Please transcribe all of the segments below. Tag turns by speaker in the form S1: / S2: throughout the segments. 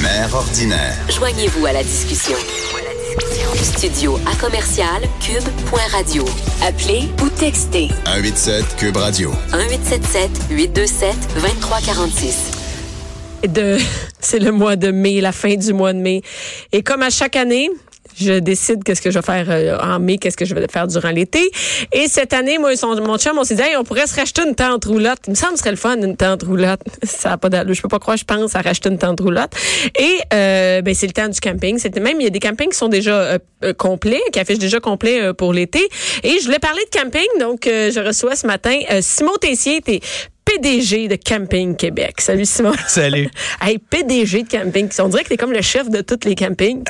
S1: Mère ordinaire.
S2: Joignez-vous à la discussion. Studio à commercial cube.radio. Appelez ou textez
S1: 187 Cube Radio.
S2: 1877 827 2346.
S3: de c'est le mois de mai, la fin du mois de mai. Et comme à chaque année, je décide qu'est-ce que je vais faire euh, en mai, qu'est-ce que je vais faire durant l'été. Et cette année, moi et son- mon chum, on s'est dit, Hey, on pourrait se racheter une tente roulotte. Il me semble que ce serait le fun, une tente roulotte. Ça a pas d'allure. Je peux pas croire, je pense, à racheter une tente roulotte. Et euh, ben, c'est le temps du camping. C'était même, il y a des campings qui sont déjà euh, euh, complets, qui affichent déjà complets euh, pour l'été. Et je voulais parler de camping, donc euh, je reçois ce matin euh, Simon Tessier, t'es PDG de Camping Québec. Salut Simon.
S4: Salut.
S3: Hey, PDG de camping. On dirait que t'es comme le chef de tous les campings.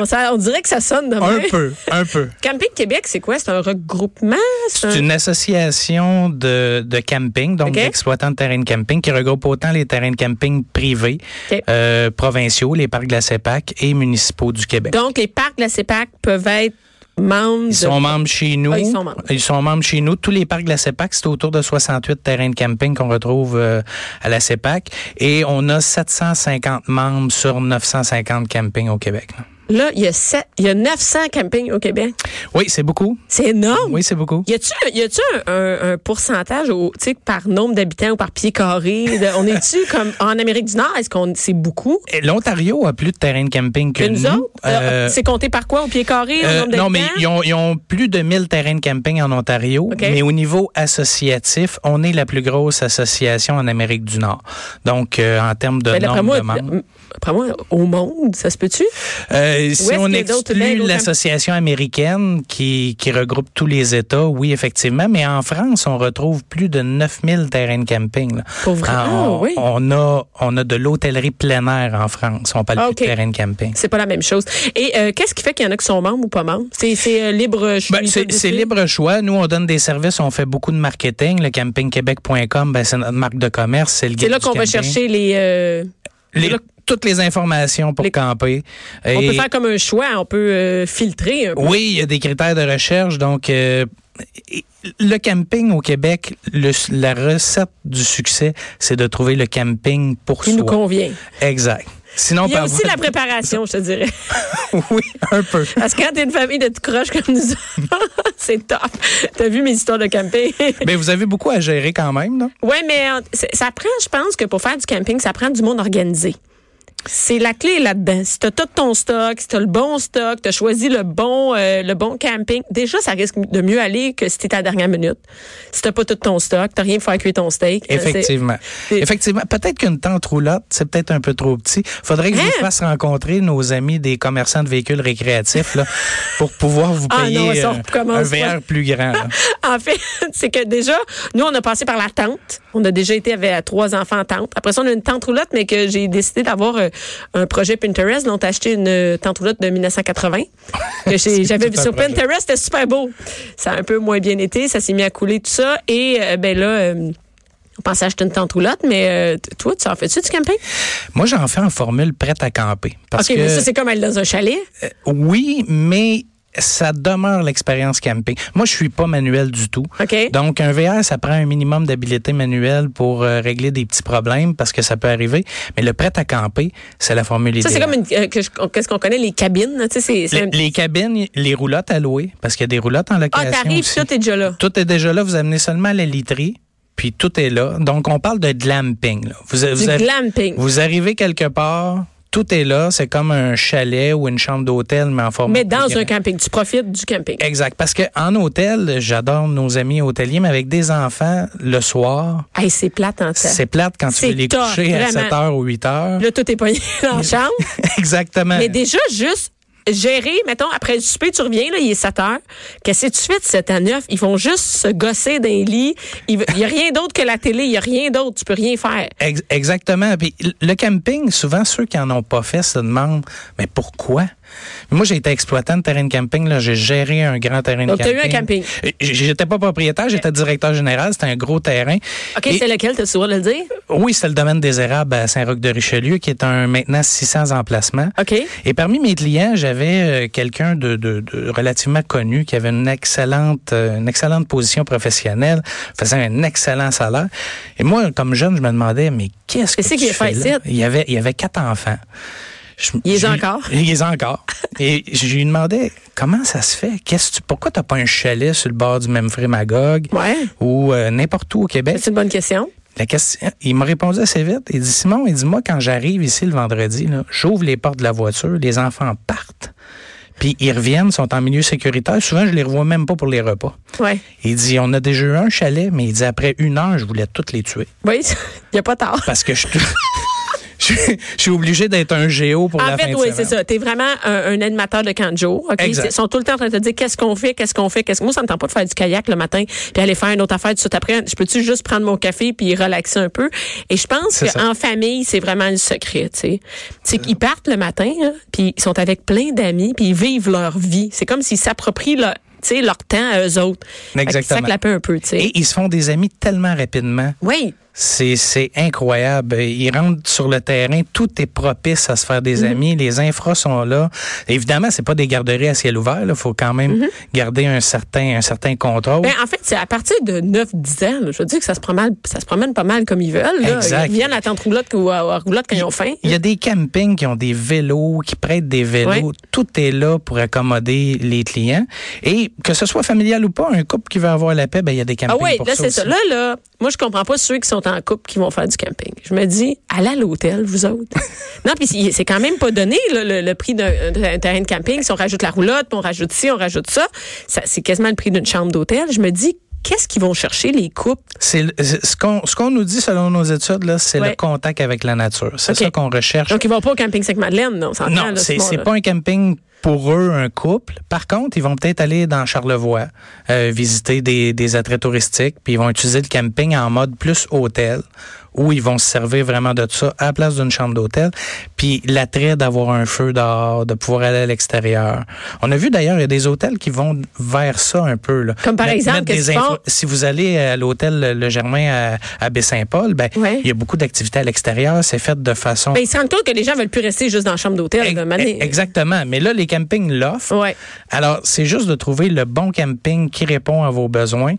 S3: on, ça- on dirait que ça sonne de
S4: Un
S3: même.
S4: peu, un peu.
S3: Camping Québec, c'est quoi? C'est un regroupement? C'est
S4: C'est
S3: un-
S4: une association de, de camping, donc
S3: Euh. OK.
S4: d'exploitants de terrains de camping, qui regroupe autant les terrains de camping privés,
S3: OK.
S4: euh, provinciaux, les parcs de la E CEPAC et municipaux du Québec.
S3: Donc, les parcs de la CEPAC peuvent être membres.
S4: ils
S3: de-
S4: sont membres chez nous.
S3: Ah, ils sont membres.
S4: Ils sont membres chez nous. Tous les parcs de la E CEPAC, c'est autour de 68 terrains de camping qu'on retrouve euh, à la CEPAC. Et on a 750 membres sur 950 campings au Québec. là.
S3: Là, il y, a sept- il y a 900 campings au Québec.
S4: Oui, c'est beaucoup.
S3: C'est énorme!
S4: Oui, c'est beaucoup.
S3: Y a-tu, y a-tu un, un- un pourcentage au, tu sais, par nombre d'habitants ou par pied carré? De- on est-tu comme en Amérique du Nord? Est-ce qu'on c'est beaucoup?
S4: Et L'Ontario a plus de terrains de camping que
S3: Que nous autres?
S4: Euh,
S3: Euh, c'est compté par quoi? Au pied carré? au
S4: Euh,
S3: nombre d'habitants?
S4: non, mais ils ont, ils ont plus de 1000 terrains de camping en Ontario.
S3: OK.
S4: Mais au niveau associatif, on est la plus grosse association en Amérique du Nord. Donc, euh, en termes de
S3: Ben,
S4: nombre
S3: d'après moi,
S4: de membres.
S3: d'après moi, au monde, ça se peut-tu?
S4: Euh, si
S3: est-ce
S4: on
S3: qu'il y a d'autres
S4: exclut
S3: belles-
S4: l'association américaine qui, qui regroupe tous les États, oui, effectivement. Mais en France, on retrouve plus de 9000 terrains de camping. là.
S3: Pour vrai?
S4: Ah,
S3: Ah,
S4: on,
S3: oui.
S4: on a, on a de l'hôtellerie plein air en France. On parle
S3: Ah,
S4: plus
S3: OK.
S4: de terrains de camping.
S3: C'est pas la même chose. Et euh, qu'est-ce qui fait qu'il y en a qui sont membres ou pas membres? C'est, c'est euh, libre euh, je
S4: Ben,
S3: suis
S4: c'est
S3: décidé.
S4: c'est libre choix. Nous, on donne des services, on fait beaucoup de marketing. Le campingquebec.com, ben, c'est notre marque de commerce. C'est le
S3: C'est
S4: guide
S3: là
S4: du
S3: qu'on va
S4: camping.
S3: chercher les. euh,
S4: Les-
S3: c'est là
S4: toutes les informations pour
S3: Les-
S4: camper.
S3: on
S4: Et-
S3: peut faire comme un choix, on peut euh, filtrer un peu.
S4: Oui, il y a des critères de recherche. Donc, euh, et- le camping au Québec, le- la recette du succès, c'est de trouver le camping pour
S3: qui
S4: soi.
S3: nous convient.
S4: Exact. Sinon,
S3: Il y a
S4: par-
S3: aussi la préparation, je te dirais.
S4: oui, un peu.
S3: Parce que quand t'es une famille de tout croche comme nous autres, c'est top. T'as vu mes histoires de camping?
S4: Mais vous avez beaucoup à gérer quand même, non?
S3: Oui, mais euh, c'est- ça prend, je pense que pour faire du camping, ça prend du monde organisé. C'est la clé là-dedans. Si t'as tout ton stock, si t'as le bon stock, t'as choisi le bon, euh, le bon camping, déjà, ça risque de mieux aller que si t'es à la dernière minute. Si t'as pas tout ton stock, t'as rien pour faire cuire ton steak. euh, c'est-
S4: Effectivement.
S3: c'est-
S4: Effectivement. Peut-être qu'une tente roulotte, c'est peut-être un peu trop petit. Faudrait que je
S3: Hein?
S4: vous fasse rencontrer nos amis des commerçants de véhicules récréatifs là, pour pouvoir vous
S3: Ah
S4: payer
S3: non, ça, on
S4: euh, un
S3: recommence, ouais.
S4: verre plus grand. là.
S3: En fait, c'est que déjà, nous, on a passé par la tente. On a déjà été avec euh, trois enfants en tente. Après ça, on a une tente roulotte, mais que j'ai décidé d'avoir euh, un projet Pinterest. Donc, on a acheté une euh, tente roulotte de 1980. que j'ai- J'avais vu
S4: un
S3: sur
S4: projet.
S3: Pinterest, c'était super beau. Ça a un peu moins bien été, ça s'est mis à couler, tout ça. Et euh, ben là... euh, on pensait acheter une tente roulotte, mais euh, t- toi, tu en fais-tu du camping?
S4: Moi, j'en fais en formule prête à camper. Parce
S3: OK,
S4: que
S3: mais ça, c'est comme aller dans un chalet.
S4: oui, mais ça demeure l'expérience camping. Moi, je suis pas manuel du tout.
S3: OK.
S4: Donc, un VR, ça prend un minimum d'habileté manuelle pour euh, régler des petits problèmes parce que ça peut arriver. Mais le prêt à camper, c'est la formule
S3: ça, c'est
S4: idéale.
S3: comme une, euh, que je- qu'est-ce qu'on connaît, les cabines. là, Tu sais, c'est- c'est
S4: Les,
S3: un-
S4: les cabines, les roulottes à louer, parce qu'il y a des roulottes en
S3: Ah,
S4: location.
S3: t'arrives,
S4: aussi.
S3: toi, t'es déjà là.
S4: Tout est déjà là. Vous amenez seulement la literie, puis tout est là. Donc, on parle de glamping. là. Vous,
S3: Du
S4: vous arri-
S3: glamping.
S4: vous arrivez quelque part, tout est là. C'est comme un chalet ou une chambre d'hôtel, mais en forme.
S3: Mais dans un camping, tu profites du camping.
S4: Exact. Parce qu'en hôtel, j'adore nos amis hôteliers, mais avec des enfants, le soir,
S3: Hey, c'est plate hein, en temps.
S4: c'est plate quand tu
S3: C'est
S4: veux les
S3: tough,
S4: coucher à
S3: vraiment.
S4: 7 h ou 8 h.
S3: Là, tout est pogné dans la chambre.
S4: Exactement.
S3: Mais déjà, juste gérer, mettons, après le souper, tu reviens, là, il est 7 heures. Qu'est-ce que tu fais de 7 à 9? Ils vont juste se gosser d'un lit. Il n'y a rien d'autre que la télé. Il n'y a rien d'autre. Tu peux rien faire.
S4: Ex- Exactement. Puis le camping, souvent ceux qui en ont pas fait se demandent mais pourquoi Moi, j'ai été exploitant de terrain de camping. Là, j'ai géré un grand terrain
S3: Donc,
S4: de
S3: t'as
S4: camping.
S3: eu un camping.
S4: J- J'étais pas propriétaire, j'étais directeur général. C'était un gros terrain.
S3: OK,
S4: Et-
S3: c'est lequel? T'as le droit de le dire?
S4: Euh, Oui, c'est le domaine des érables à Saint-Roch-de-Richelieu, qui est un maintenant 600 emplacements.
S3: OK.
S4: Et parmi mes clients, j'avais euh, quelqu'un de, de- de relativement connu qui avait une excellente, euh, une excellente position professionnelle, faisait un excellent salaire. Et moi, comme jeune, je me demandais, mais qu'est-ce que
S3: Qu'est-ce
S4: tu
S3: qu'il
S4: fais
S3: fait
S4: là?
S3: ici?
S4: Il y avait, il y avait quatre enfants. Je-
S3: Il les
S4: j'ai-
S3: a encore?
S4: Il les a encore. Et je lui demandais, comment ça se fait? Qu'est-ce que tu, pourquoi t'as pas un chalet sur le bord du Memphremagog?
S3: Ouais.
S4: Ou euh, n'importe où au Québec?
S3: C'est une bonne question.
S4: La question, il m'a répondu assez vite. Il dit Simon, il dit moi quand j'arrive ici le vendredi, là, j'ouvre les portes de la voiture, les enfants partent, puis ils reviennent, sont en milieu sécuritaire. Souvent, je les revois même pas pour les repas.
S3: Ouais.
S4: Il dit on a déjà eu un chalet, mais il dit après une heure, je voulais toutes les tuer
S3: Oui, il n'y a pas tard.
S4: parce que je je, je suis obligé d'être un géo pour
S3: En
S4: la fin
S3: fait,
S4: de
S3: oui, c'est
S4: semaine.
S3: ça. T'es vraiment un, un animateur de canjo. ok?
S4: Exact.
S3: Ils sont tout le temps en train de te dire qu'est-ce qu'on fait, qu'est-ce qu'on fait, qu'est-ce que moi ça me tente pas de faire du kayak le matin, puis aller faire une autre affaire tout de suite après. Je peux-tu juste prendre mon café puis relaxer un peu Et je pense
S4: C'est ça.
S3: qu'en famille, c'est vraiment le secret. Tu sais, c'est qu'ils partent le matin, hein, puis ils sont avec plein d'amis, puis ils vivent leur vie. C'est comme s'ils s'approprient leur, tu sais, leur temps à eux autres. Fait qu'ils
S4: Exactement.
S3: s'acclapent un peu, tu sais.
S4: Et ils se font des amis tellement rapidement.
S3: Oui.
S4: C'est, c'est incroyable. Ils rentrent sur le terrain, tout est propice à se faire
S3: Mhm.
S4: des amis. Les infras sont là. Évidemment, c'est pas des garderies à ciel ouvert. Il faut quand même garder un certain, un certain contrôle.
S3: Mhm. Ben, en fait, c'est à partir de 9-10 ans, là, je veux dire que ça se promène, ça se promène pas mal comme ils veulent. Là.
S4: Exact.
S3: Ils viennent à tente roulotte ou à, à roulotte quand ils ont faim.
S4: Il y a des campings qui ont des vélos, qui prêtent des vélos.
S3: Ouais.
S4: Tout est là pour accommoder les clients. Et que ce soit familial ou pas, un couple qui veut avoir la paix, ben, il y a des
S3: Ah
S4: campings
S3: oui,
S4: pour
S3: là,
S4: ça
S3: c'est ça.
S4: aussi.
S3: Là, là, moi, je comprends pas ceux qui sont en couple qui vont faire du camping. Je me dis, allez à l'hôtel, vous autres. non, puis c'est- c'est quand même pas donné, là, le, le prix d'un d'un terrain de camping. Si on rajoute la roulotte, puis on rajoute ci, on rajoute ça, ça c'est quasiment le prix d'une chambre d'hôtel. Je me dis, qu'est-ce qu'ils vont chercher, les couples?
S4: C'est le- c'est- ce qu'on ce qu'on nous dit selon nos études là, c'est le
S3: Ouais.
S4: contact avec la nature. C'est
S3: Ok.
S4: ça qu'on recherche.
S3: Donc, ils vont pas au camping Sainte-Madeleine, non? on s'entend,
S4: Non,
S3: là,
S4: c'est
S3: ce
S4: c'est
S3: monde-là.
S4: pas un camping pour eux, un couple. Par contre, ils vont peut-être aller dans Charlevoix, euh, visiter des, des attraits touristiques, puis ils vont utiliser le camping en mode plus hôtel, où ils vont se servir vraiment de ça à la place d'une chambre d'hôtel. Puis l'attrait d'avoir un feu dehors, de pouvoir aller à l'extérieur. On a vu d'ailleurs, il y a des hôtels qui vont vers ça un peu. Là.
S3: Comme par
S4: Mettre-
S3: exemple,
S4: mettre des
S3: qu'est-ce qu'ils
S4: infos-
S3: font?
S4: si vous allez à l'hôtel Le- Le Germain à, à Baie-Saint-Paul, ben,
S3: Ouais.
S4: il y a beaucoup d'activités à l'extérieur. C'est fait de façon
S3: Ben, ils se rendent compte que les gens veulent plus rester juste dans la chambre d'hôtel. là,
S4: Ex-
S3: mané-
S4: Exactement. Mais là, les campings l'offrent.
S3: Ouais.
S4: Alors, c'est juste de trouver le bon camping qui répond à vos besoins.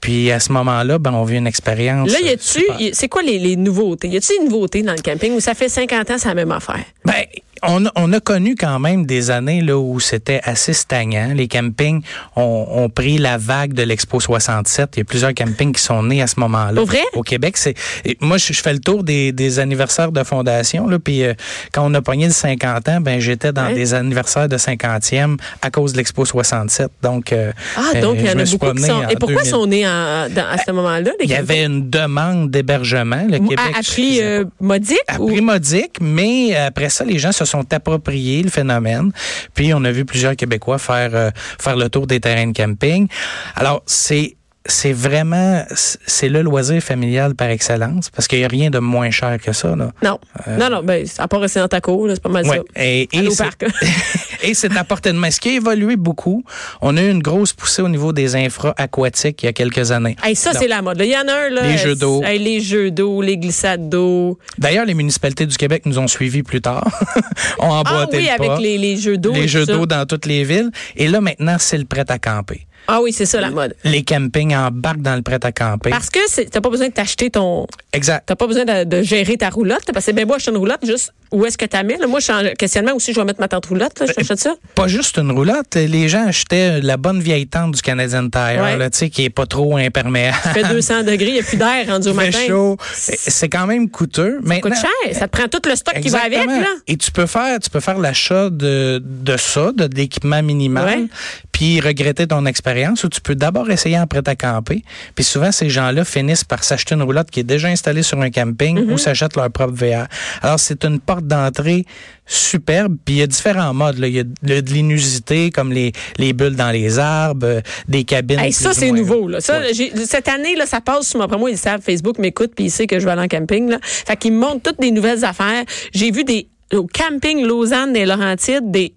S4: Puis à ce moment-là, ben, on vit une expérience.
S3: Là, y
S4: euh,
S3: a-tu,
S4: super.
S3: y- c'est quoi les, les nouveautés? Y a-tu une nouveauté dans le camping où ça fait 50 ans, c'est la même affaire?
S4: Ben, on, a- on a connu quand même des années là, où c'était assez stagnant. Les campings ont, ont pris la vague de l'Expo 67. Il y a plusieurs campings qui sont nés à ce moment-là.
S3: Pour vrai?
S4: Au Québec, c'est et moi je, je fais le tour des, des anniversaires de fondation là, puis euh, quand on a pogné le 50 ans, ben j'étais dans
S3: Ouais.
S4: des anniversaires de 50e à cause de l'Expo 67. Donc euh,
S3: Ah,
S4: euh,
S3: donc, il y
S4: je
S3: en Eh,
S4: me
S3: a
S4: suis
S3: beaucoup qui
S4: promené
S3: sont.
S4: en
S3: Et pourquoi
S4: 2000.
S3: sont nés en- dans- à ce moment-là? les
S4: Il y
S3: Québécois?
S4: avait une demande d'hébergement, le Québec.
S3: à, à prix
S4: suffisait pas.
S3: euh, modique?
S4: À
S3: ou-
S4: prix modique, mais euh, après ça, les gens se sont appropriés le phénomène. Puis on a vu plusieurs Québécois faire euh, faire le tour des terrains de camping. Alors c'est c'est vraiment c'est le loisir familial par excellence parce qu'il n'y a rien de moins cher que ça. Là.
S3: Non. non, non, ben, à part rester dans ta cour, là, c'est pas mal
S4: Ouais.
S3: ça.
S4: Et, et
S3: Aller au
S4: c'est-
S3: parc.
S4: et c'est à portée de main. Ce qui a évolué beaucoup, on a eu une grosse poussée au niveau des infra aquatiques il y a quelques années.
S3: Hey, ça,
S4: Donc,
S3: c'est la mode. là. Il y en a un, là.
S4: Les
S3: euh,
S4: jeux d'eau.
S3: hey, les jeux d'eau, les glissades d'eau.
S4: D'ailleurs, les municipalités du Québec nous ont suivis plus tard. ont
S3: Ah
S4: emboîté
S3: oui,
S4: le
S3: avec
S4: pas.
S3: les, les jeux d'eau. et
S4: les
S3: tout
S4: jeux
S3: ça.
S4: d'eau dans toutes les villes. Et là, maintenant, c'est le prêt à camper.
S3: Ah oui, c'est ça, la mode.
S4: Les campings embarquent dans le prêt à camper.
S3: Parce que c'est- t'as pas besoin de t'acheter ton.
S4: Exact.
S3: T'as pas besoin de, de gérer ta roulotte. Parce que ben moi, je une roulotte, juste où est-ce que tu mets. Là, moi, je suis en questionnement aussi, je vais mettre ma tente roulotte.
S4: Ben,
S3: là. Je t'achète ça.
S4: Pas juste une roulotte. Les gens achetaient la bonne vieille tente du Canadian Tire,
S3: Ouais.
S4: là, tu sais, qui est pas trop imperméable.
S3: Il fait 200 degrés, il n'y a plus d'air rendu au
S4: Il fait
S3: matin.
S4: chaud. C'est quand même coûteux.
S3: Ça coûte cher. Ça te prend tout le stock qui va avec,
S4: Exactement.
S3: là.
S4: Et tu peux faire, tu peux faire l'achat de, de ça, de de l'équipement minimal.
S3: Ouais.
S4: puis regretter ton expérience, ou tu peux d'abord essayer en prêt à camper. Puis souvent, ces gens-là finissent par s'acheter une roulotte qui est déjà installée sur un camping
S3: Mm-hmm.
S4: ou s'achètent leur propre VR. Alors, c'est une porte d'entrée superbe. Puis il y a différents modes. là. Il y a de de l'inusité, comme les, les bulles dans les arbres, euh, des cabines.
S3: Hey, ça,
S4: plus ou
S3: c'est
S4: moins-
S3: nouveau. Là. Ça,
S4: Ouais.
S3: j'ai- cette année, là, ça passe sous mon Après, moi. Ils savent, Facebook m'écoute, puis ils savent que je vais aller en camping. Là. Fait qu'ils me montrent toutes des nouvelles affaires. J'ai vu des au camping Lausanne des Laurentides, des...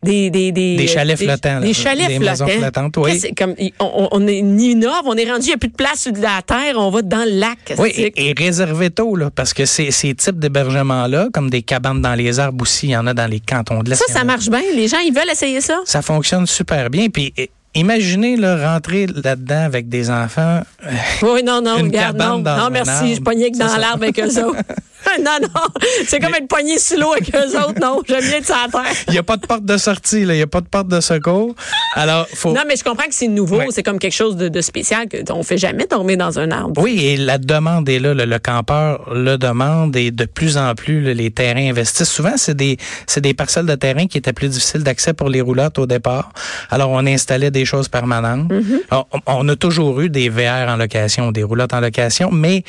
S3: Des, des, des,
S4: Des chalets
S3: euh,
S4: flottants, là.
S3: Des chalets
S4: Des
S3: flottants.
S4: maisons flottantes, oui.
S3: Qu'est-ce que c'est Comme, on- on, on est- on innove, on est rendu, il n'y a plus de place sur de la terre, on va dans le lac.
S4: Oui,
S3: c'est-
S4: et, et réservez tôt, là, parce que ces, ces types d'hébergements-là, comme des cabanes dans les arbres aussi, il y en a dans les cantons de l'Est.
S3: ça,
S4: il y en
S3: ça
S4: a.
S3: marche bien. Les gens, ils veulent essayer ça.
S4: Ça fonctionne super bien. Puis eh, imaginez là, rentrer là-dedans avec des enfants. Euh,
S3: Oui, non, non,
S4: Une
S3: regarde, non.
S4: cabane dans
S3: Non,
S4: un
S3: merci,
S4: arbre.
S3: je pognais que
S4: C'est
S3: dans
S4: ça.
S3: l'arbre avec eux autres. non, non, c'est comme être pogné sous l'eau avec eux autres, non. J'aime bien être sur la terre.
S4: Il n'y a pas de porte de sortie, là, il n'y a pas de porte de secours. Alors, faut.
S3: Non, mais je comprends que c'est nouveau,
S4: Oh. Ouais.
S3: c'est comme quelque chose de, de spécial que on fait jamais dormir dans un arbre.
S4: Oui, et la demande est là. Le, le campeur le demande et de plus en plus, là, les terrains investissent. Souvent, c'est des, c'est des parcelles de terrain qui étaient plus difficiles d'accès pour les roulottes au départ. Alors, on installait des choses permanentes. on, on a toujours eu des VR en location, des roulottes en location, mais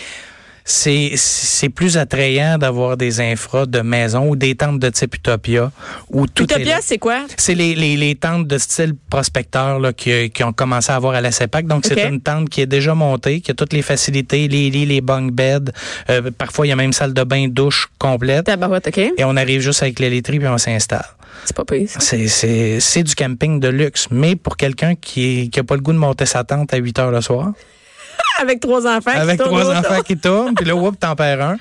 S4: c'est c'est plus attrayant d'avoir des infras de maison ou des tentes de type Utopia où tout est là.
S3: Utopia, c'est quoi?
S4: C'est les, les, les tentes de style prospecteur là, qui, qui ont commencé à avoir à la E CEPAC. Donc,
S3: Ok.
S4: c'est une tente qui est déjà montée, qui a toutes les facilités, les lits, les bunk beds. Euh, parfois, il y a même salle de bain, douche complète.
S3: Tabarouette, OK?
S4: Et on arrive juste avec les laiteries puis on s'installe.
S3: C'est pas pire. ça.
S4: C'est- C'est c'est du camping de luxe. Mais pour quelqu'un qui n'a qui a pas le goût de monter sa tente à 8 heures le soir,
S3: Avec trois enfants. qui
S4: avec
S3: tournent
S4: trois
S3: autour.
S4: enfants qui tournent, puis là, whoop, t'en perds un.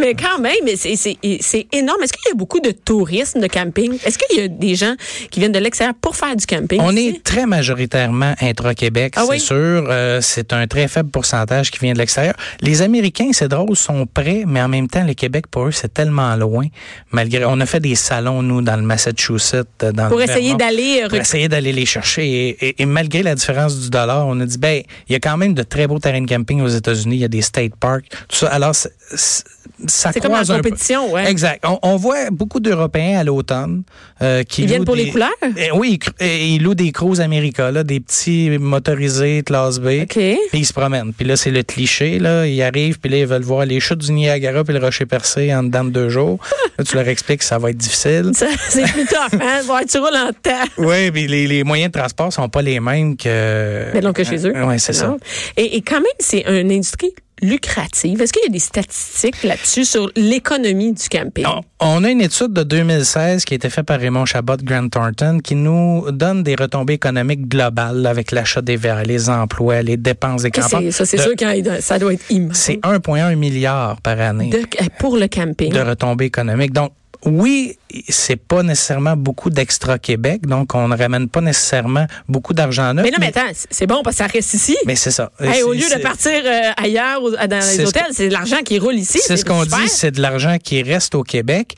S3: Mais quand même, mais c'est- c'est c'est énorme. Est-ce qu'il y a beaucoup de tourisme de camping? Est-ce qu'il y a des gens qui viennent de l'extérieur pour faire du camping?
S4: On
S3: ici?
S4: est très majoritairement intra-Québec,
S3: Ah
S4: c'est
S3: oui?
S4: sûr. Euh, c'est un très faible pourcentage qui vient de l'extérieur. Les Américains, c'est drôle, sont prêts, mais en même temps, le Québec, pour eux, c'est tellement loin. Malgré, on a fait des salons, nous, dans le Massachusetts, euh, dans
S3: Pour
S4: le
S3: essayer
S4: Vermont,
S3: d'aller, euh,
S4: pour essayer d'aller les chercher. Et, et- et malgré la différence du dollar, on a dit, ben, il y a quand même de très beaux terrains de camping aux États-Unis. Il y a des state parks, tout ça. Alors, c'est- c'est- ça
S3: C'est comme
S4: croise
S3: en
S4: un peu.
S3: compétition, ouais.
S4: Exact. On, on voit beaucoup d'Européens à l'automne euh, qui
S3: Ils viennent
S4: louent
S3: pour
S4: des-
S3: les couleurs?
S4: Eh oui, ils cr- eh, ils louent des cruises America, là, des petits motorisés classe B.
S3: OK.
S4: Puis ils se promènent. Puis là, c'est le cliché. Là. Ils arrivent, puis là, ils veulent voir les chutes du Niagara puis le rocher percé en dedans de deux jours. là, tu leur expliques que ça va être difficile.
S3: Ça, C'est plus tough, hein? Ouais, tu roules en temps.
S4: Oui, puis les, les moyens de transport sont pas les mêmes que...
S3: Mais donc que chez eux.
S4: Oui, c'est ça.
S3: Non. Et, et quand même, c'est une industrie lucrative. Est-ce qu'il y a des statistiques là-dessus sur l'économie du camping?
S4: On- On a une étude de 2016 qui a été faite par Raymond Chabot de Grant Thornton qui nous donne des retombées économiques globales là, avec l'achat des verres, les emplois, les dépenses des
S3: Que
S4: campagnes.
S3: c'est- Ça, c'est
S4: De-
S3: sûr que ça doit être immense.
S4: C'est 1,1 milliard par année
S3: De- euh, pour le camping.
S4: de retombées économiques. Donc, oui, c'est pas nécessairement beaucoup d'extra-Québec, donc on ne ramène pas nécessairement beaucoup d'argent neuf.
S3: mais non, mais attends, c'est- c'est bon parce que ça reste ici.
S4: mais c'est ça.
S3: Hey,
S4: C'est-
S3: au lieu
S4: c'est-
S3: de partir euh, ailleurs ou- dans les
S4: C'est ce
S3: hôtels, c'est de l'argent qui roule ici.
S4: C'est ce qu'on
S3: super.
S4: dit, c'est de l'argent qui reste au Québec.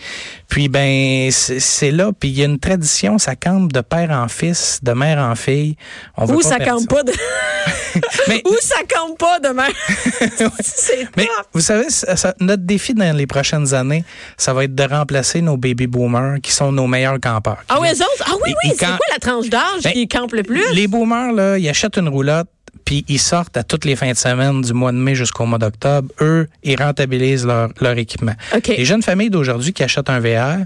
S4: Puis ben c'est c'est là, puis il y a une tradition, ça campe de père en fils, de mère en fille. On veut
S3: Ou
S4: pas
S3: ça
S4: perdre
S3: compte pas de...
S4: Mais-
S3: Ou ça compte pas demain. c'est
S4: Mais
S3: top.
S4: vous savez, ça- ça- notre défi dans les prochaines années, ça va être de remplacer nos baby boomers qui sont nos meilleurs campeurs.
S3: Ah oui, eux autres? Ah oui,
S4: Et-
S3: oui,
S4: et
S3: c'est
S4: quand-
S3: quoi la tranche d'âge
S4: Ben,
S3: qui campe le plus?
S4: Les boomers, là, ils achètent une roulotte, puis ils sortent à toutes les fins de semaine, du mois de mai jusqu'au mois d'octobre. Eux, ils rentabilisent leur, leur équipement.
S3: OK.
S4: Les jeunes familles d'aujourd'hui qui achètent un VR,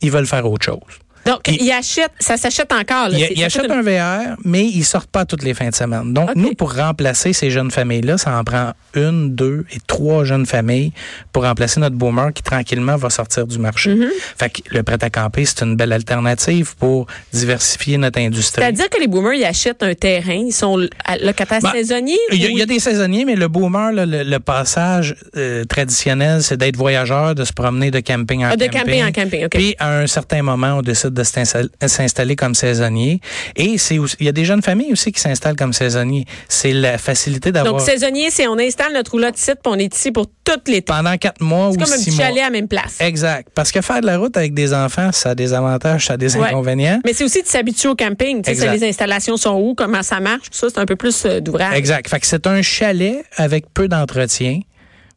S4: ils veulent faire autre chose.
S3: Donc,
S4: Ils-
S3: ils achètent, ça s'achète encore. là.
S4: Ils,
S3: C'est-
S4: ils achètent un VR, mais ils sortent pas toutes les fins de semaine. Donc,
S3: OK.
S4: nous, pour remplacer ces jeunes familles-là, ça en prend une, deux et trois jeunes familles pour remplacer notre boomer qui, tranquillement, va sortir du marché.
S3: Mm-hmm.
S4: Fait que le prêt-à-camper, c'est une belle alternative pour diversifier notre industrie.
S3: C'est-à-dire que les boomers, ils achètent un terrain, ils sont l- à- locataires
S4: Ben,
S3: saisonniers.
S4: Il y, a-
S3: ou-
S4: il y a des saisonniers, mais le boomer, là, le, le passage euh, traditionnel, c'est d'être voyageur, de se promener de camping en
S3: Ah, de
S4: camping.
S3: camping en camping, OK.
S4: Puis, à un certain moment, on décide de s'install- s'installer comme saisonnier. Et c'est aussi- il y a des jeunes familles aussi qui s'installent comme saisonniers. C'est la facilité
S3: Donc,
S4: d'avoir...
S3: saisonnier, c'est on installe notre roulotte ici, puis on est ici pour tout l'été.
S4: Pendant quatre mois ou
S3: C'est comme un
S4: six
S3: petit
S4: mois.
S3: chalet à la même place.
S4: Exact. Parce que faire de la route avec des enfants, ça a des avantages, ça a des
S3: Ouais.
S4: inconvénients.
S3: Mais c'est aussi de s'habituer au camping. Tu sais, ça,
S4: Eh, Exact.
S3: les installations sont où, comment ça marche, tout ça, c'est un peu plus euh, d'ouvrage.
S4: Exact. Fait que c'est un chalet avec peu d'entretien.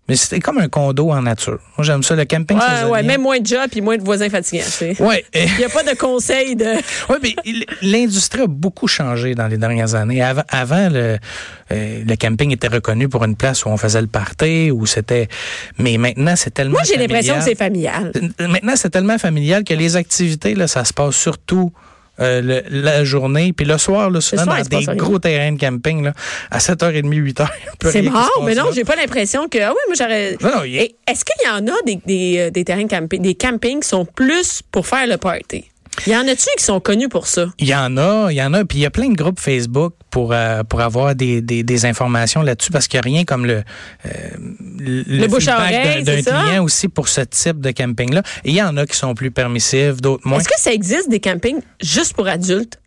S4: Mais c'était comme un condo en nature. Moi, j'aime ça, le camping
S3: Ouais,
S4: saisonnier.
S3: ouais, même moins de job puis moins de voisins fatiguants. tu sais.
S4: Ouais, et-
S3: Il n'y a pas de conseil de.
S4: Oui, mais il- l'industrie a beaucoup changé dans les dernières années. Avant, avant, le, euh, le camping était reconnu pour une place où on faisait le party, où c'était. Mais maintenant, c'est tellement.
S3: Moi, j'ai l'impression que
S4: familial.
S3: c'est familial.
S4: Maintenant, c'est tellement familial que les activités, là, ça se passe surtout. euh, le- la journée, puis le soir, là, souvent,
S3: soir, il se
S4: dans
S3: passe
S4: des
S3: rien.
S4: gros terrains de camping, là, à 7h30, 8h.
S3: C'est rare, mais non, j'ai pas l'impression que. Ah oui, moi, j'aurais.
S4: Non, non, il y a-
S3: Et Est-ce qu'il y en a des, des, euh, des terrains de camping, des campings qui sont plus pour faire le party? Il y en a-tu qui sont connus pour ça?
S4: Il y en a, il y en a, puis il y a plein de groupes Facebook pour euh, pour avoir des, des, des informations là-dessus parce qu'il n'y a rien comme le euh, le, le
S3: bouche à
S4: feedback
S3: oreille,
S4: d'un
S3: c'est
S4: d'un
S3: ça?
S4: client aussi pour ce type de camping là. Et Il y en a qui sont plus permissifs, d'autres moins.
S3: Est-ce que ça existe des campings juste pour adultes?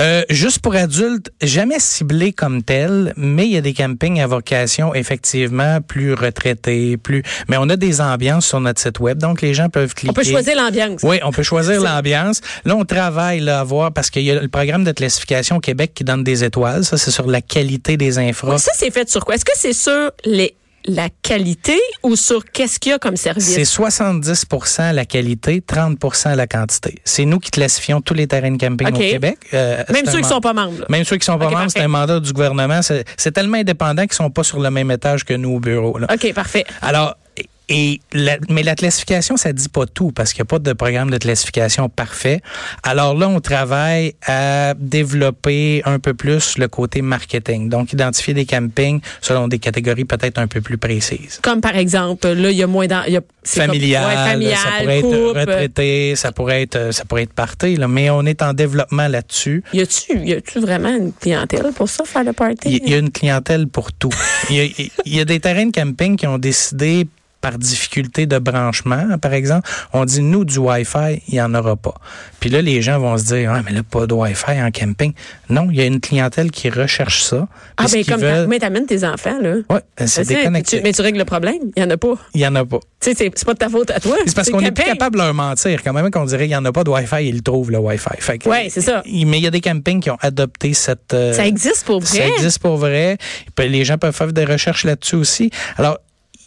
S4: Euh, juste pour adultes, jamais ciblé comme tel, mais il y a des campings à vocation effectivement plus retraités, plus. Mais on a des ambiances sur notre site web, donc les gens peuvent cliquer.
S3: On peut choisir l'ambiance.
S4: Oui, on peut choisir l'ambiance. Là, on travaille là, à voir parce qu'il y a le programme de classification au Québec qui donne des étoiles. Ça, c'est sur la qualité des infras.
S3: Ça, c'est fait sur quoi? Est-ce que c'est sur les, la qualité ou sur qu'est-ce qu'il y a comme
S4: c'est
S3: service?
S4: 70 la qualité, 30 la quantité. C'est nous qui classifions tous les terrains de camping
S3: OK.
S4: au Québec. Euh,
S3: Même ceux
S4: c'est un
S3: qui
S4: man-
S3: sont pas membres. là.
S4: Même ceux qui sont pas
S3: OK,
S4: membres, c'est
S3: parfait.
S4: un mandat du gouvernement. C'est c'est tellement indépendant qu'ils sont pas sur le même étage que nous au bureau. là.
S3: OK, parfait.
S4: Alors, et- et la- mais la classification, ça dit pas tout parce qu'il n'y a pas de programme de classification parfait. Alors là, on travaille à développer un peu plus le côté marketing. Donc, identifier des campings selon des catégories peut-être un peu plus précises.
S3: Comme par exemple, là, il y a moins d'en- il y a- c'est comme-
S4: Familial,
S3: ouais, familial,
S4: ça pourrait
S3: couple.
S4: être retraité, ça pourrait être, ça pourrait être party, là. mais on est en développement là-dessus.
S3: Y a-tu, y a-tu vraiment une clientèle pour ça, faire le party?
S4: Il y- il y a une clientèle pour tout. Il y a, il y a des terrains de camping qui ont décidé par difficulté de branchement, par exemple, on dit, nous, du Wi-Fi, il n'y en aura pas. Puis là, les gens vont se dire, ah, mais là, pas de Wi-Fi en camping. Non, il y a une clientèle qui recherche ça.
S3: ah,
S4: puis ce
S3: ben,
S4: qu'ils
S3: comme
S4: veulent-
S3: mais t'amènes tes enfants, là.
S4: Ouais, ben, c'est
S3: Tu sais,
S4: déconnecté.
S3: tu- mais tu règles le problème. Il y en a pas.
S4: Il n'y en a pas.
S3: Tu sais, c'est c'est pas de ta faute à toi.
S4: C'est parce qu'on
S3: le
S4: est plus
S3: camping.
S4: capable de leur mentir. Quand même, qu'on dirait, il n'y en a pas de Wi-Fi, ils le trouvent, le Wi-Fi. Fait que-
S3: Ouais, c'est ça.
S4: Il- Mais il y a des campings qui ont adopté cette... euh,
S3: Ça existe pour vrai.
S4: Ça existe pour vrai. Puis Les gens peuvent faire des recherches là-dessus aussi. Alors,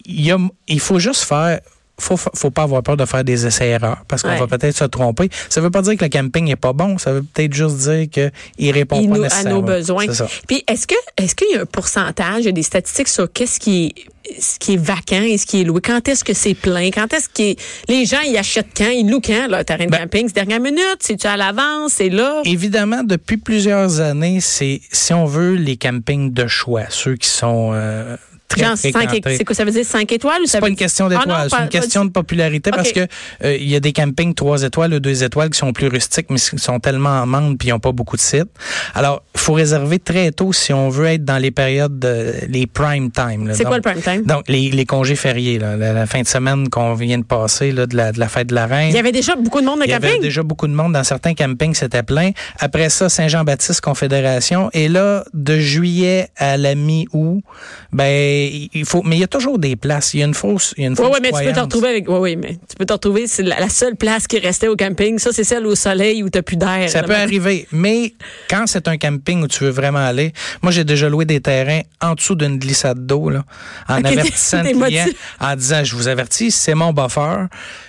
S4: il, y a- il faut juste faire. Faut, fa- faut pas avoir peur de faire des essais-erreurs parce qu'on
S3: Ouais.
S4: va peut-être se tromper. Ça veut pas dire que le camping n'est pas bon. Ça veut peut-être juste dire qu'il répond
S3: Il
S4: pas
S3: nous- à nos
S4: nécessairement.
S3: besoins.
S4: C'est ça.
S3: Puis est-ce que est-ce qu'il y a un pourcentage, il y a des statistiques sur qu'est-ce qui est ce qui est vacant et ce qui est loué. Quand est-ce que c'est plein? Quand est-ce que les gens ils achètent quand? Ils louent quand leur terrain de
S4: Ben-
S3: camping? C'est dernière minute? C'est-tu à l'avance? C'est là?
S4: Évidemment, depuis plusieurs années, c'est si on veut les campings de choix, ceux qui sont euh, très
S3: Genre cinq
S4: fréquentés.
S3: é- c'est quoi? Ça veut dire 5 étoiles ou ça
S4: C'est pas
S3: veut
S4: une question
S3: Ah non,
S4: d'étoiles, c'est
S3: pas-
S4: une question de popularité
S3: Ok.
S4: parce que euh, il y a des campings trois étoiles ou deux étoiles qui sont plus rustiques mais qui sont tellement en manque puis ils n'ont pas beaucoup de sites. Alors, faut réserver très tôt si on veut être dans les périodes de, les prime time. là.
S3: C'est quoi
S4: Donc-
S3: le prime time?
S4: Donc les, les congés fériés, là, la, la fin de semaine qu'on vient de passer là, de, la, de la fête de la reine.
S3: Il y avait déjà beaucoup de monde dans
S4: Il
S3: le
S4: y avait
S3: camping.
S4: déjà beaucoup de monde dans certains campings, c'était plein. Après ça, Saint-Jean-Baptiste Confédération. Et là, de juillet à la mi-août, ben il faut. Mais il y a toujours des places. Il y a une fausse. Il y a une
S3: Oui,
S4: fausse
S3: mais tu peux te
S4: croyance.
S3: retrouver avec. Oui, oui, mais tu peux te retrouver. C'est la, la seule place qui restait au camping. Ça, c'est celle au soleil où t'as plus d'air.
S4: Ça
S3: Le
S4: peut
S3: matin.
S4: arriver, mais quand c'est un camping où tu veux vraiment aller, moi j'ai déjà loué des terrains en dessous d'une glissade d'eau là, en
S3: Ok, t'es-
S4: avertissant
S3: t'es
S4: le client,
S3: motivé.
S4: en disant je vous avertis, c'est mon buffer,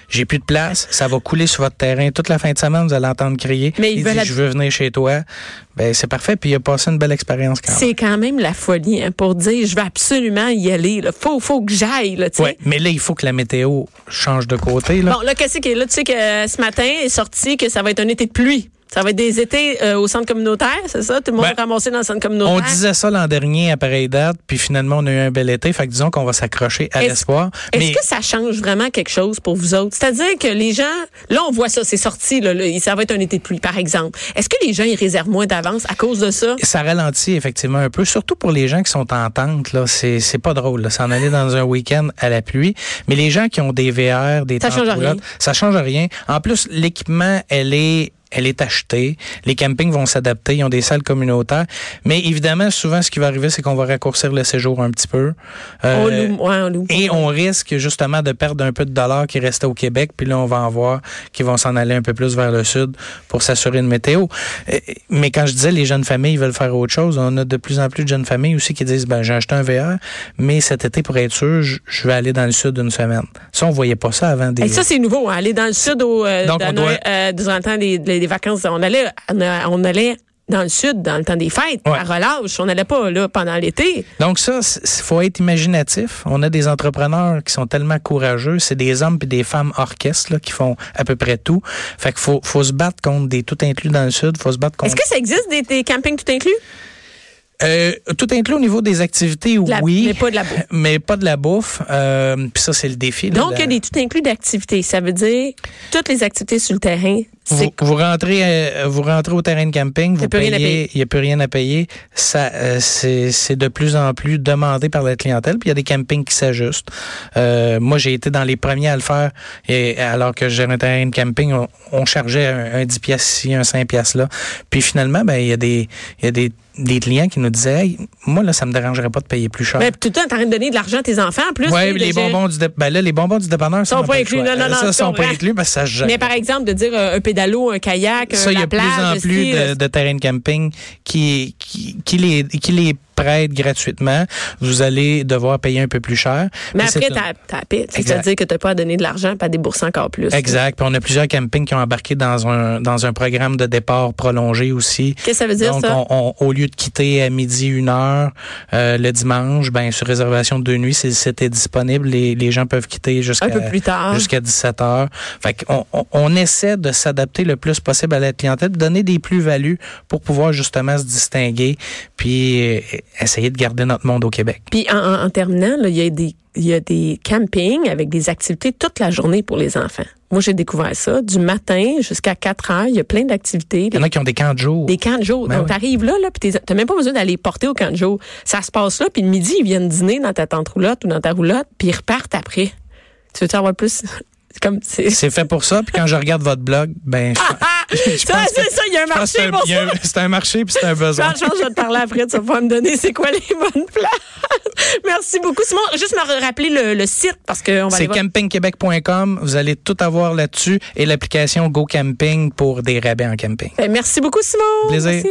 S4: j'ai plus de place, ça va couler sur votre terrain toute la fin de semaine, vous allez entendre crier.
S3: Mais ils
S4: il
S3: veulent
S4: dit
S3: la-
S4: je veux venir chez toi, ben c'est parfait, puis il a passé une belle expérience quand même.
S3: C'est quand même la folie hein, pour dire je vais absolument y aller. Là. Faut, faut que j'aille. Là, tu sais.
S4: Ouais, mais là il faut que la météo change de côté là.
S3: Bon, là, qu'est-ce qui est là? Tu sais que euh, ce matin est sorti que ça va être un été de pluie. Ça va être des étés euh, au centre communautaire, c'est ça? Tout le monde
S4: Ben,
S3: ramassé dans le centre communautaire.
S4: On disait ça l'an dernier à pareille date, puis finalement on a eu un bel été, fait que disons qu'on va s'accrocher à
S3: Est-ce-
S4: l'espoir.
S3: Est-ce
S4: mais-
S3: que ça change vraiment quelque chose pour vous autres? C'est-à-dire que les gens, là, on voit ça, c'est sorti, là, là, ça va être un été de pluie, par exemple. Est-ce que les gens, ils réservent moins d'avance à cause de ça?
S4: ça ralentit effectivement un peu, surtout pour les gens qui sont en tente. Là, c'est c'est pas drôle. là, S'en aller dans un week-end à la pluie, mais les gens qui ont des VR, des
S3: Ça
S4: tentes
S3: change rien.
S4: roulantes, ça change rien. En plus, l'équipement, elle est elle est achetée. Les campings vont s'adapter. Ils ont des salles communautaires. Mais évidemment, souvent, ce qui va arriver, c'est qu'on va raccourcir le séjour un petit peu.
S3: On
S4: Euh,
S3: loue, ouais, on loue.
S4: et on risque justement de perdre un peu de dollars qui restaient au Québec, puis là on va en voir qui vont s'en aller un peu plus vers le sud pour s'assurer une météo. Euh, Mais quand je disais les jeunes familles veulent faire autre chose, on a de plus en plus de jeunes familles aussi qui disent ben j'ai acheté un VR, mais cet été pour être sûr, je- je vais aller dans le sud une semaine. Ça on voyait pas ça avant des
S3: Et ça, c'est nouveau, hein, aller dans le sud au, euh,
S4: Donc,
S3: dans
S4: on doit-
S3: Noël, euh, durant le temps des, des- des vacances. On allait, on, a- on allait dans le sud dans le temps des fêtes,
S4: Ouais.
S3: à relâche. On n'allait pas là pendant l'été.
S4: Donc ça, il faut être imaginatif. On a des entrepreneurs qui sont tellement courageux. C'est des hommes et des femmes orchestres là, qui font à peu près tout. Fait qu'il faut, faut se battre contre des tout inclus dans le sud. faut se battre contre...
S3: Est-ce que ça existe des, des campings tout inclus?
S4: Euh, tout inclus au niveau des activités,
S3: De la-
S4: oui.
S3: mais pas de la bouffe.
S4: Mais pas de la bouffe. Euh, Puis ça, c'est le défi. là,
S3: Donc,
S4: de-
S3: il y a des tout inclus d'activités. Ça veut dire toutes les activités sur le terrain.
S4: Vous,
S3: C'est
S4: vous rentrez, euh, vous rentrez au terrain de camping, vous
S3: plus rien à
S4: payez,
S3: payer.
S4: il n'y a plus rien à payer. Ça, euh, c'est c'est de plus en plus demandé par la clientèle. Puis il y a des campings qui s'ajustent. Euh, moi, j'ai été dans les premiers à le faire. Et alors que j'ai un terrain de camping, on, on chargeait un, un 10 pièces ici, un 5 pièces là. Puis finalement, ben il y a des, il y a des, des clients qui nous disaient, Hey, moi là, ça me dérangerait pas de payer plus cher.
S3: Ben, tout le temps, t'arrêtes de donner de l'argent à tes enfants. en Plus,
S4: Oui,
S3: tu sais,
S4: les
S3: de-
S4: bonbons du dé- ben là, les bonbons du dépanneur ça,
S3: Sont
S4: on a
S3: pas
S4: le
S3: inclus.
S4: choix.
S3: Non, non, non,
S4: ça
S3: c'est
S4: sont pas
S3: vrai.
S4: inclus parce que ça se gère.
S3: Mais par exemple, de dire euh, un pédalo, un kayak,
S4: ça,
S3: euh,
S4: il y
S3: la
S4: a de
S3: plage. euh,
S4: plus en
S3: le
S4: plus
S3: ski,
S4: de,
S3: le-
S4: de terrains de camping qui, qui, qui les, qui les prêtent gratuitement. Vous allez devoir payer un peu plus cher.
S3: Mais
S4: c'est
S3: après,
S4: une-
S3: t'as t'as la pite.
S4: Exact.
S3: C'est-à-dire que t'as pas à donner de l'argent pas à débourser encore plus.
S4: Exact. Puis on a plusieurs campings qui ont embarqué dans un dans un programme de départ prolongé aussi.
S3: Qu'est-ce que ça veut dire,
S4: Donc,
S3: ça?
S4: on- on- au lieu de quitter à midi une heure euh, le dimanche, ben sur réservation de deux nuits, c'est- c'était disponible. Les, les gens peuvent quitter jusqu'à
S3: Un peu plus tard.
S4: jusqu'à 17 heures. Fait qu'on on, on essaie de s'adapter le plus possible à la clientèle, de donner des plus-values pour pouvoir justement se distinguer, puis euh, essayer de garder notre monde au Québec.
S3: Puis en, en- en terminant, là, il y a des il y a des campings avec des activités toute la journée pour les enfants. Moi, j'ai découvert ça. Du matin jusqu'à 4 heures, il y a plein d'activités.
S4: Il y en a qui ont des camps de jour.
S3: Des camps de jour.
S4: Ben
S3: Donc,
S4: oui.
S3: t'arrives là, là, puis t'es- t'as même pas besoin d'aller porter au camp de jour. Ça se passe là, puis le midi, ils viennent dîner dans ta tente roulotte ou dans ta roulotte, puis ils repartent après. Tu veux-tu avoir plus? C'est comme, c'est,
S4: C'est fait pour ça. Puis quand je regarde votre blog, ben je-
S3: ah! Ça,
S4: pense
S3: c'est ça, il y a un
S4: je pense que
S3: marché
S4: c'est un-
S3: pour
S4: il y a
S3: ça.
S4: un- c'est un, marché puis c'est un besoin.
S3: Franchement, je vais te parler après, tu vas pouvoir me donner c'est quoi les bonnes places. Merci beaucoup. Simon, juste me rappeler le, le site parce qu'on Euh, va aller
S4: C'est
S3: voir.
S4: campingquebec.com. Vous allez tout avoir là-dessus et l'application Go Camping pour des rabais en camping.
S3: Ben, Merci beaucoup, Simon.
S4: Plaisir.
S3: Merci.